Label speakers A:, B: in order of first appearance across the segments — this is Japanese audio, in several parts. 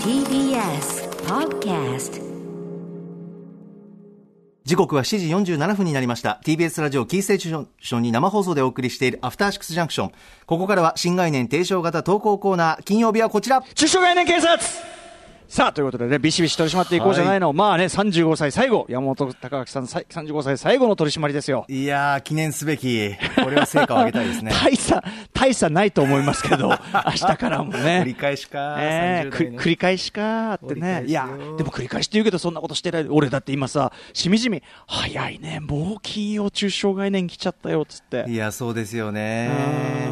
A: TBS Podcast
B: 時刻は7時47分になりました。TBS ラジオキーステーションに生放送でお送りしているアフターシックスジャンクション。ここからは新概念提唱型投稿コーナー。金曜日はこちら。
C: 中小概念警察さあ、ということでね、ビシビシ取り締まっていこうじゃないの。まあね、35歳最後、山本隆明さんのさい35歳最後の取り締まりですよ。。
B: いやー、記念すべき、これは成果を上げたいですね
C: 大差、大差ないと思いま すけど、明日からもね。
B: 繰り返しか
C: ねえ
B: 30代
C: く
B: ね
C: 繰り返しかーって
B: 繰り返
C: ね。
B: しよ
C: いや、でも繰り返しって言うけど、そんなことしてない。俺だって今さ、しみじみ、早いね、もう金曜中小概念来ちゃったよ、つって。
B: いや、そうですよね。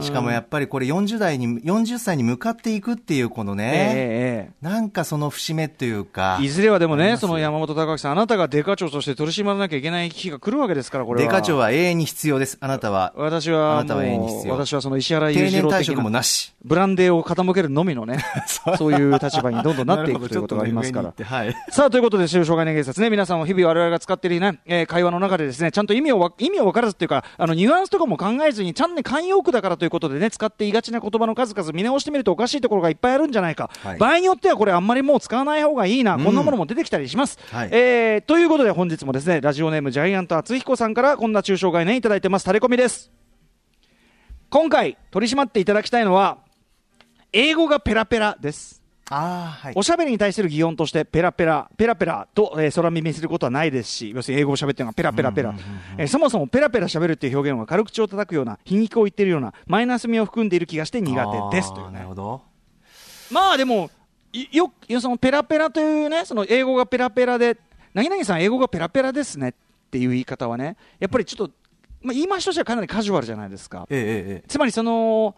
B: しかもやっぱりこれ40代に、40歳に向かっていくっていうこの
C: ええ
B: ね、
C: ええ
B: なんかその節目というか、
C: いずれはでもね、その山本隆明さん、あなたがデカ長として取り締まらなきゃいけない日が来るわけですから、これは。
B: デカ長は永遠に必要です。あなたは。
C: 私は、
B: あなたは永遠に
C: も
B: 必
C: う、
B: 要。
C: 私はその石原裕
B: 定
C: 次
B: 年
C: 郎
B: 退
C: 的
B: 職も
C: な
B: なし。
C: ブランデーを傾けるのみ のね、そういう立場にどんどんなっていくということがありますから。
B: はい。
C: さあ、ということで、就障害年警察ね、皆さんも日々我々が使っているね、えー会話の中でですね、ちゃんと意味をわ、意味を分からずっていうか、あの、ニュアンスとかも考えずに、ちゃんとね、慣用句だからということでね、使っていがちな言葉の数々見直してみるとおかしいところがいっぱいあるんじゃないか。
B: はい
C: 場合によってはこれあんまりもう使わない方がいいな、こんなものも出てきたりします。
B: はい
C: えーということで本日もですね、ラジオネームジャイアント厚彦さんからこんな中小概念いただいてます。タレコミです。今回、取り締まっていただきたいのは、英語がペラペラです。
B: ああ、はい
C: お。しゃべりに対する擬音としてペラペラペラペラと、えー空耳することはないですし要するに英語をしゃべってるのがペラペラペラ、えーそもそもペラペラしゃべるっていう表現は軽口を叩くような皮肉を言ってるようなマイナス味を含んでいる気がして苦手ですとい
B: あー
C: う
B: な
C: ね
B: るほど。
C: まあでもいよよそのペラペラというねその英語がペラペラで何々さん英語がペラペラですねっていう言い方はねやっぱりちょっと、まあ、言い回しとしてはかなりカジュアルじゃないですか
B: ええええええ。
C: つまりその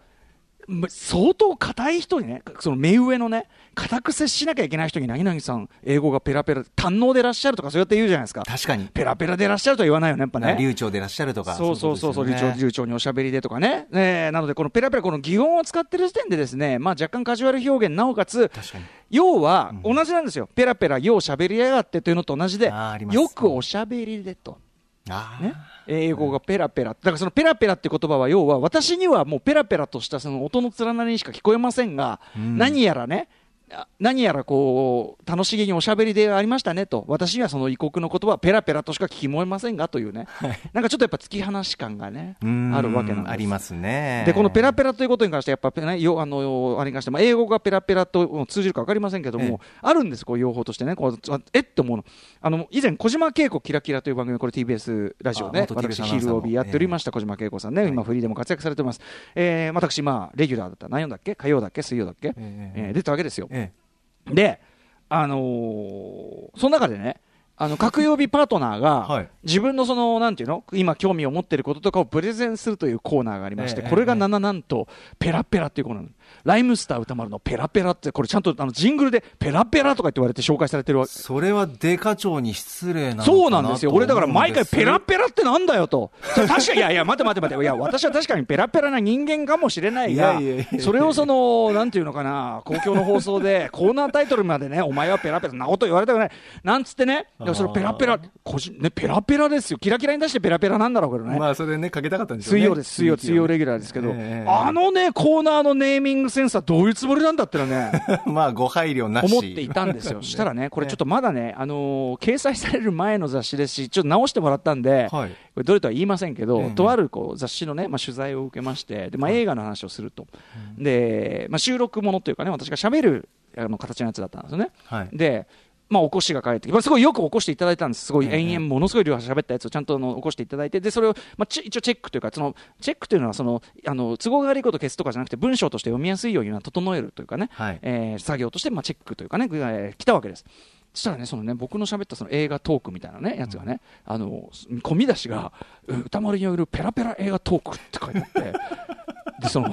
C: む相当硬い人にねその目上のね硬く接しなきゃいけない人に何々さん英語がペラペラ堪能でいらっしゃるとかそうやって言うじゃないですか
B: 確かに。
C: ペラペラでいらっしゃるとは言わないよねやっぱね
B: 流暢でいらっしゃるとか。
C: そうそうそうそう
B: い
C: 流
B: こ
C: 暢
B: とですよね
C: 流暢におしゃべりでとかねねなのでこのペラペラこの擬音を使ってる時点でですねまあ若干カジュアル表現なおかつ
B: 確かに。
C: 要は同じなんですよ、ペラペラようしゃべりやがってというのと同じで
B: あーあります
C: よくおしゃべりでと。
B: ああ。
C: ね、英語がペラペラ、だからそのペラペラって言葉は要は私にはもうペラペラとしたその音の連なりにしか聞こえませんが、
B: うん
C: 何やらねあ何やらこう楽しげにおしゃべりでありましたねと私にはその異国の言葉はペラペラとしか聞き燃えませんがというね、なんかちょっとやっぱ突き放し感がね
B: うーん
C: あるわけなんです
B: ありますね。
C: でこのペラペラということに関して、やっぱね、よあのあれに関して、まあ、英語がペラペラと通じるか分かりませんけど
B: ええ
C: も、あるんです、こう用法としてね、こうあえって思うの、あの以前、小島恵子キラキラという番組、これ TBS ラジオ
B: あ
C: ね、
B: 元 TBS
C: 私、
B: アナウンサー
C: 昼
B: の
C: 帯やっておりました、小島恵子さんね、今、フリーでも活躍されてます、えー私、まあ、レギュラーだった、何曜だっけ、火曜だっけ、水曜だっけ、
B: ええ
C: えー出たわけですよ。
B: え
C: で、あのーその中でね、あの各曜日パートナー
B: は
C: が
B: い
C: 自分のそのなんていうの今興味を持っていることとかをプレゼンするというコーナーがありまして、
B: ええ
C: これが
B: ええ
C: なななんとペラペラっていうコーナーなのライムスター歌丸のペラペラってこれちゃんとあのジングルでペラペラとかって言われて紹介されてるわ
B: えそれはデカ長に失礼なのかな
C: そうなんですよ。俺だから毎回ペラ
B: ペ
C: ペラってなんだ よと。それ確かに、いやいや、待て待て待て。いや、私は確かにペラペラな人間かもしれないが
B: いやいやいやい、や
C: それをその、なんていうのかな、公共の放 送で、コーナータイトルまでね、お前はペラペラ、なこと言われたくない。なんつってね、でもそれペラペラ、個人、ね、ペラペラですよ。キラキラに出してペラペラなんだろうけどね。
B: まあ、それね、かけたかったんでしょう
C: 水
B: ね。
C: 曜です、水曜、水曜レギュラーですけど、あのね、コーナーのネーミングセンスはどういうつもりなんだってのはね。
B: の。 まあ、ご配慮なし。
C: 思っていたんです よ、したらね、これちょっとまだね、あのー掲載される前の雑誌ですし、ちょっと直してもらったんで、
B: はい
C: これどれとは言いませんけど、
B: ええ
C: とあるこう雑誌の、ねまあ、取材を受けまして、でまあ、映画の話をすると、でまあ、収録ものというかね、私がしゃべるあの形のやつだったんですよね。
B: はい。
C: でまあ、起こしが返ってきて、まあ、すごいよく起こしていただいたんです、すごい
B: ええ
C: 延々、ものすごい量喋ったやつをちゃんとあの起こしていただいて、でそれを、まあ、ち一応チェックというか、そのチェックというのはそのあの、都合が悪いことを消すとかじゃなくて、文章として読みやすいようには整えるというかね、
B: はい
C: えー作業として、まあ、チェックというかね、ぐえー来たわけです。そしたらね、そのね、僕の喋ったその映画トークみたいなね、やつがね、あの、込み出しが、う歌丸によるペラペラ映画トークって書いてあって、で、その、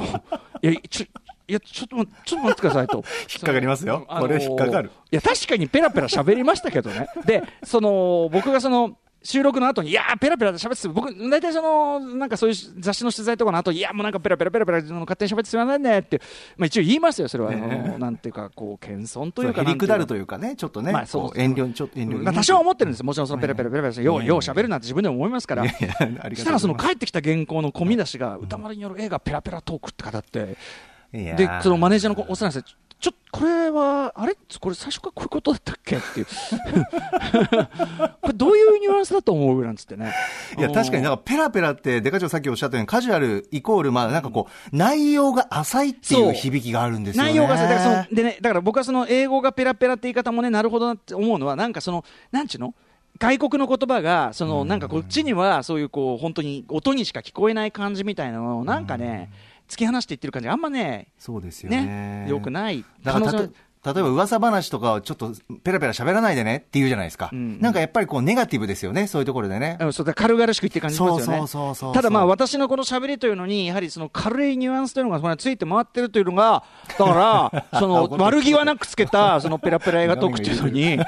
C: いや、ちょ、いや、ちょっと待って、ちょっと待ってくださいと。引
B: っかかりますよこれ引っかかる。
C: いや、確かにペラペラ喋りましたけどね。で、その、僕がその、収録の後に、いやー、ペラペラ喋ってて、僕、大体その、なんかそういう雑誌の取材とかの後、いや、もうなんかペラペラペラペラ、勝手に喋ってすみませんねって、まあ一応言いますよ、それは。あのなんていうか、こう、謙遜という
B: そ
C: か。
B: うへりくだる
C: なんていうか
B: というかね、ちょっとね、
C: まあそう
B: こう遠慮に、ちょっと遠慮に
C: まあ、多少は思ってるんですよもちろんそのペラペラペラペラしてようよう喋るなんて自分でも思いますから
B: いやいやありがとうございます
C: そしたらその帰ってきた原稿の込み出しが歌丸による映画「ペラペラトーク」って語って
B: いやー
C: でそのマネージャーの子おさらせちょちょこれはあれこれ最初からこういうことだったっけっていう これどういうニュアンスだと思うなんつってね
B: いや、確かになんかペラペラって、デカ長さっきおっしゃったように、カジュアルイコール、まあなんかこう、内容が浅いってい
C: そうう
B: 響きがあるんですよね。
C: 内容がさだからそのでねだから僕はその英語がペラペラって言い方もねなるほどなって思うのはなんかそのなんちゅうの外国の言葉がそのなんかこっちにはそういうこう本当に音にしか聞こえない感じみたいなのをなんかね突き放していってる感じがあんまね
B: そうですよね。
C: ね良くない
B: だから
C: 可能
B: た
C: 性は
B: と例えば噂話とかをちょっとペラペラ喋らないでねって言うじゃないですか、
C: うん
B: なんかやっぱりこうネガティブですよね、そういうところでね。
C: うんそうだ軽々しく言ってる感じしますよね。
B: そうそうそうそう
C: ただまあ私のこの喋りというのにやはりその軽いニュアンスというのがそのついて回ってるというのがだか らその悪気はなくつけたそのペラペラ映画トークというのに。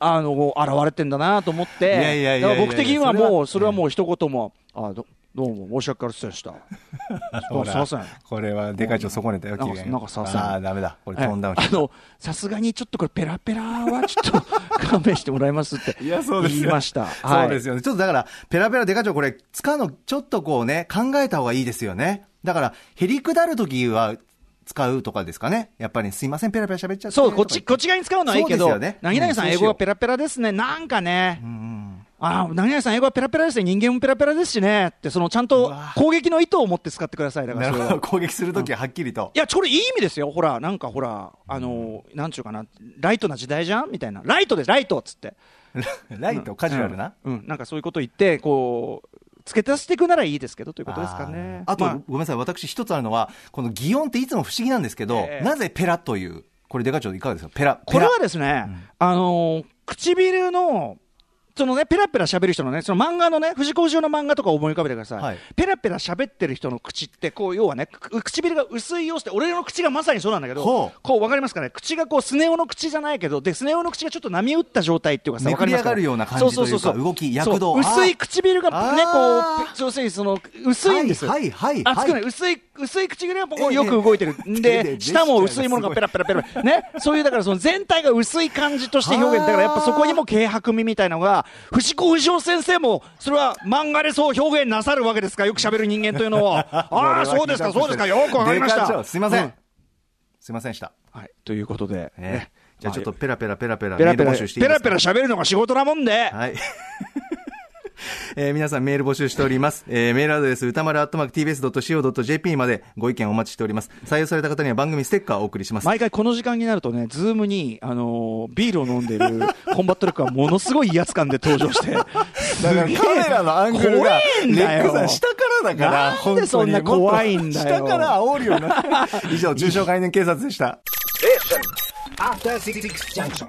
C: あの現れてんだなと思って、
B: いやいやいやいや
C: だから僕的にはもう、
B: そ
C: そ
B: れ
C: れ
B: は
C: はもう一言も、あどどうも、申し訳ありませんでした、
B: ほ
C: あ
B: ら
C: すいません、
B: これはデカ長損ねたよ、
C: なんか
B: 機嫌
C: なんかさ
B: ああ、だめだ、これトーンダウン
C: はいあのさすがにちょっとこれ、ペラペラはちょっと 勘弁してもらいますって
B: い
C: 言
B: や、そうです
C: い
B: よ
C: ました、
B: そうですよね。ちょっとだから、ペラペラデカ長これ、使うの、ちょっとこうね、考えた方がいいですよね。だから、へりくだるときは、使うとかですかね。やっぱり、すいません、ペラペラ喋っちゃって。
C: そう、こっち、
B: とか
C: こっち側に使うのはいい
B: そ
C: け
B: う
C: ど、
B: ですよね
C: なぎなぎさ
B: うん
C: ん、
B: そうしよう
C: 英語がペラペラですね。なんかね、あなぎなぎさん、英語はペラペラですね。人間もペラペラですしね。って、その、ちゃん
B: う
C: と
B: わ
C: 攻撃の意図を持って使ってください。だか
B: な
C: ら
B: る
C: それ
B: ほ
C: は、
B: ど。攻撃するときははっきりと
C: い。や、これいい意味ですよ。ほら、なんかほら、あのー、なんちゅうかな、ライトな時代じゃんみたいな。ライトです、ライトっつって。
B: ライト、カジュアルな。
C: うん、うんなんかそういうこと言って、こう、付け足していくならいいですけど、ということですかね。
B: あーあと、
C: まあ
B: ごめんなさい、私一つあるのは、この擬音っていつも不思議なんですけど、
C: ええ
B: なぜペラという、これ、デカ長いかがですか、ペラ。
C: これは
B: で
C: ですね、あのー唇の、そのね、ペラペラ喋る人のね、その漫画のね、藤子不二雄の漫画とか思い浮かべてください。
B: はい
C: ペラペラ喋ってる人の口って、こう、要はね、く唇が薄い様子って、俺の口がまさにそうなんだけど、
B: ほ
C: こ
B: う
C: う、わかりますかね口がこう、スネ夫の口じゃないけど、で、スネ夫の口がちょっと波打った状態っていうかさ、
B: め
C: わか
B: くり
C: りま
B: 上
C: すか
B: が
C: ね
B: るような感じというか、
C: そうそうそうそう
B: 動き、躍動。
C: そう薄い唇がね、
B: あー
C: こう、要するにその、薄いんですよ。
B: はいはいはい
C: あつく
B: は
C: ないい薄い、薄い唇がこ
B: え
C: こ
B: え
C: よく動いてる。ん
B: ええ
C: で、
B: ジェスチャーが
C: 舌も薄いものがペラペラペラペラ。ね。そういう、だからその全体が薄い感じとして表現。だからやっぱそこにも軽薄みみたいなのが、藤子不二雄先生も、それは漫画でそう表現なさるわけですかよく喋る人間というのを。 ああ、そうですか、そうですか。よくわかりまし
B: デカ長
C: た。
B: すいません。
C: う
B: すいませんでした。
C: はい。ということで。
B: ええ
C: ね
B: じゃあちょっと
C: ま
B: ペラペラペラペラ
C: ペ
B: メ
C: ラ
B: ー
C: ペ
B: ル
C: ラ、
B: 募集していい
C: ペ
B: です
C: ラ
B: か
C: ペラ喋るのが仕事なもんで。
B: はい。 えー皆さんメール募集しております。えーメールアドレス歌丸アットマーク tbs.co.jp までご意見お待ちしております。採用された方には番組ステッカーをお送りします。
C: 毎回この時間になるとね、ズームに、あのービールを飲ん でるコンバット力がものすごい威圧感で登場して、す
B: だから
C: げえ
B: カメラのアングルが
C: 怖、えんだ
B: レックさ
C: よ
B: ん。下からだから、
C: なんで
B: 本当に
C: そんな怖いんだよ
B: もっと下から煽る ようになって。以上、中小概念警察でした。
D: After Six Junction.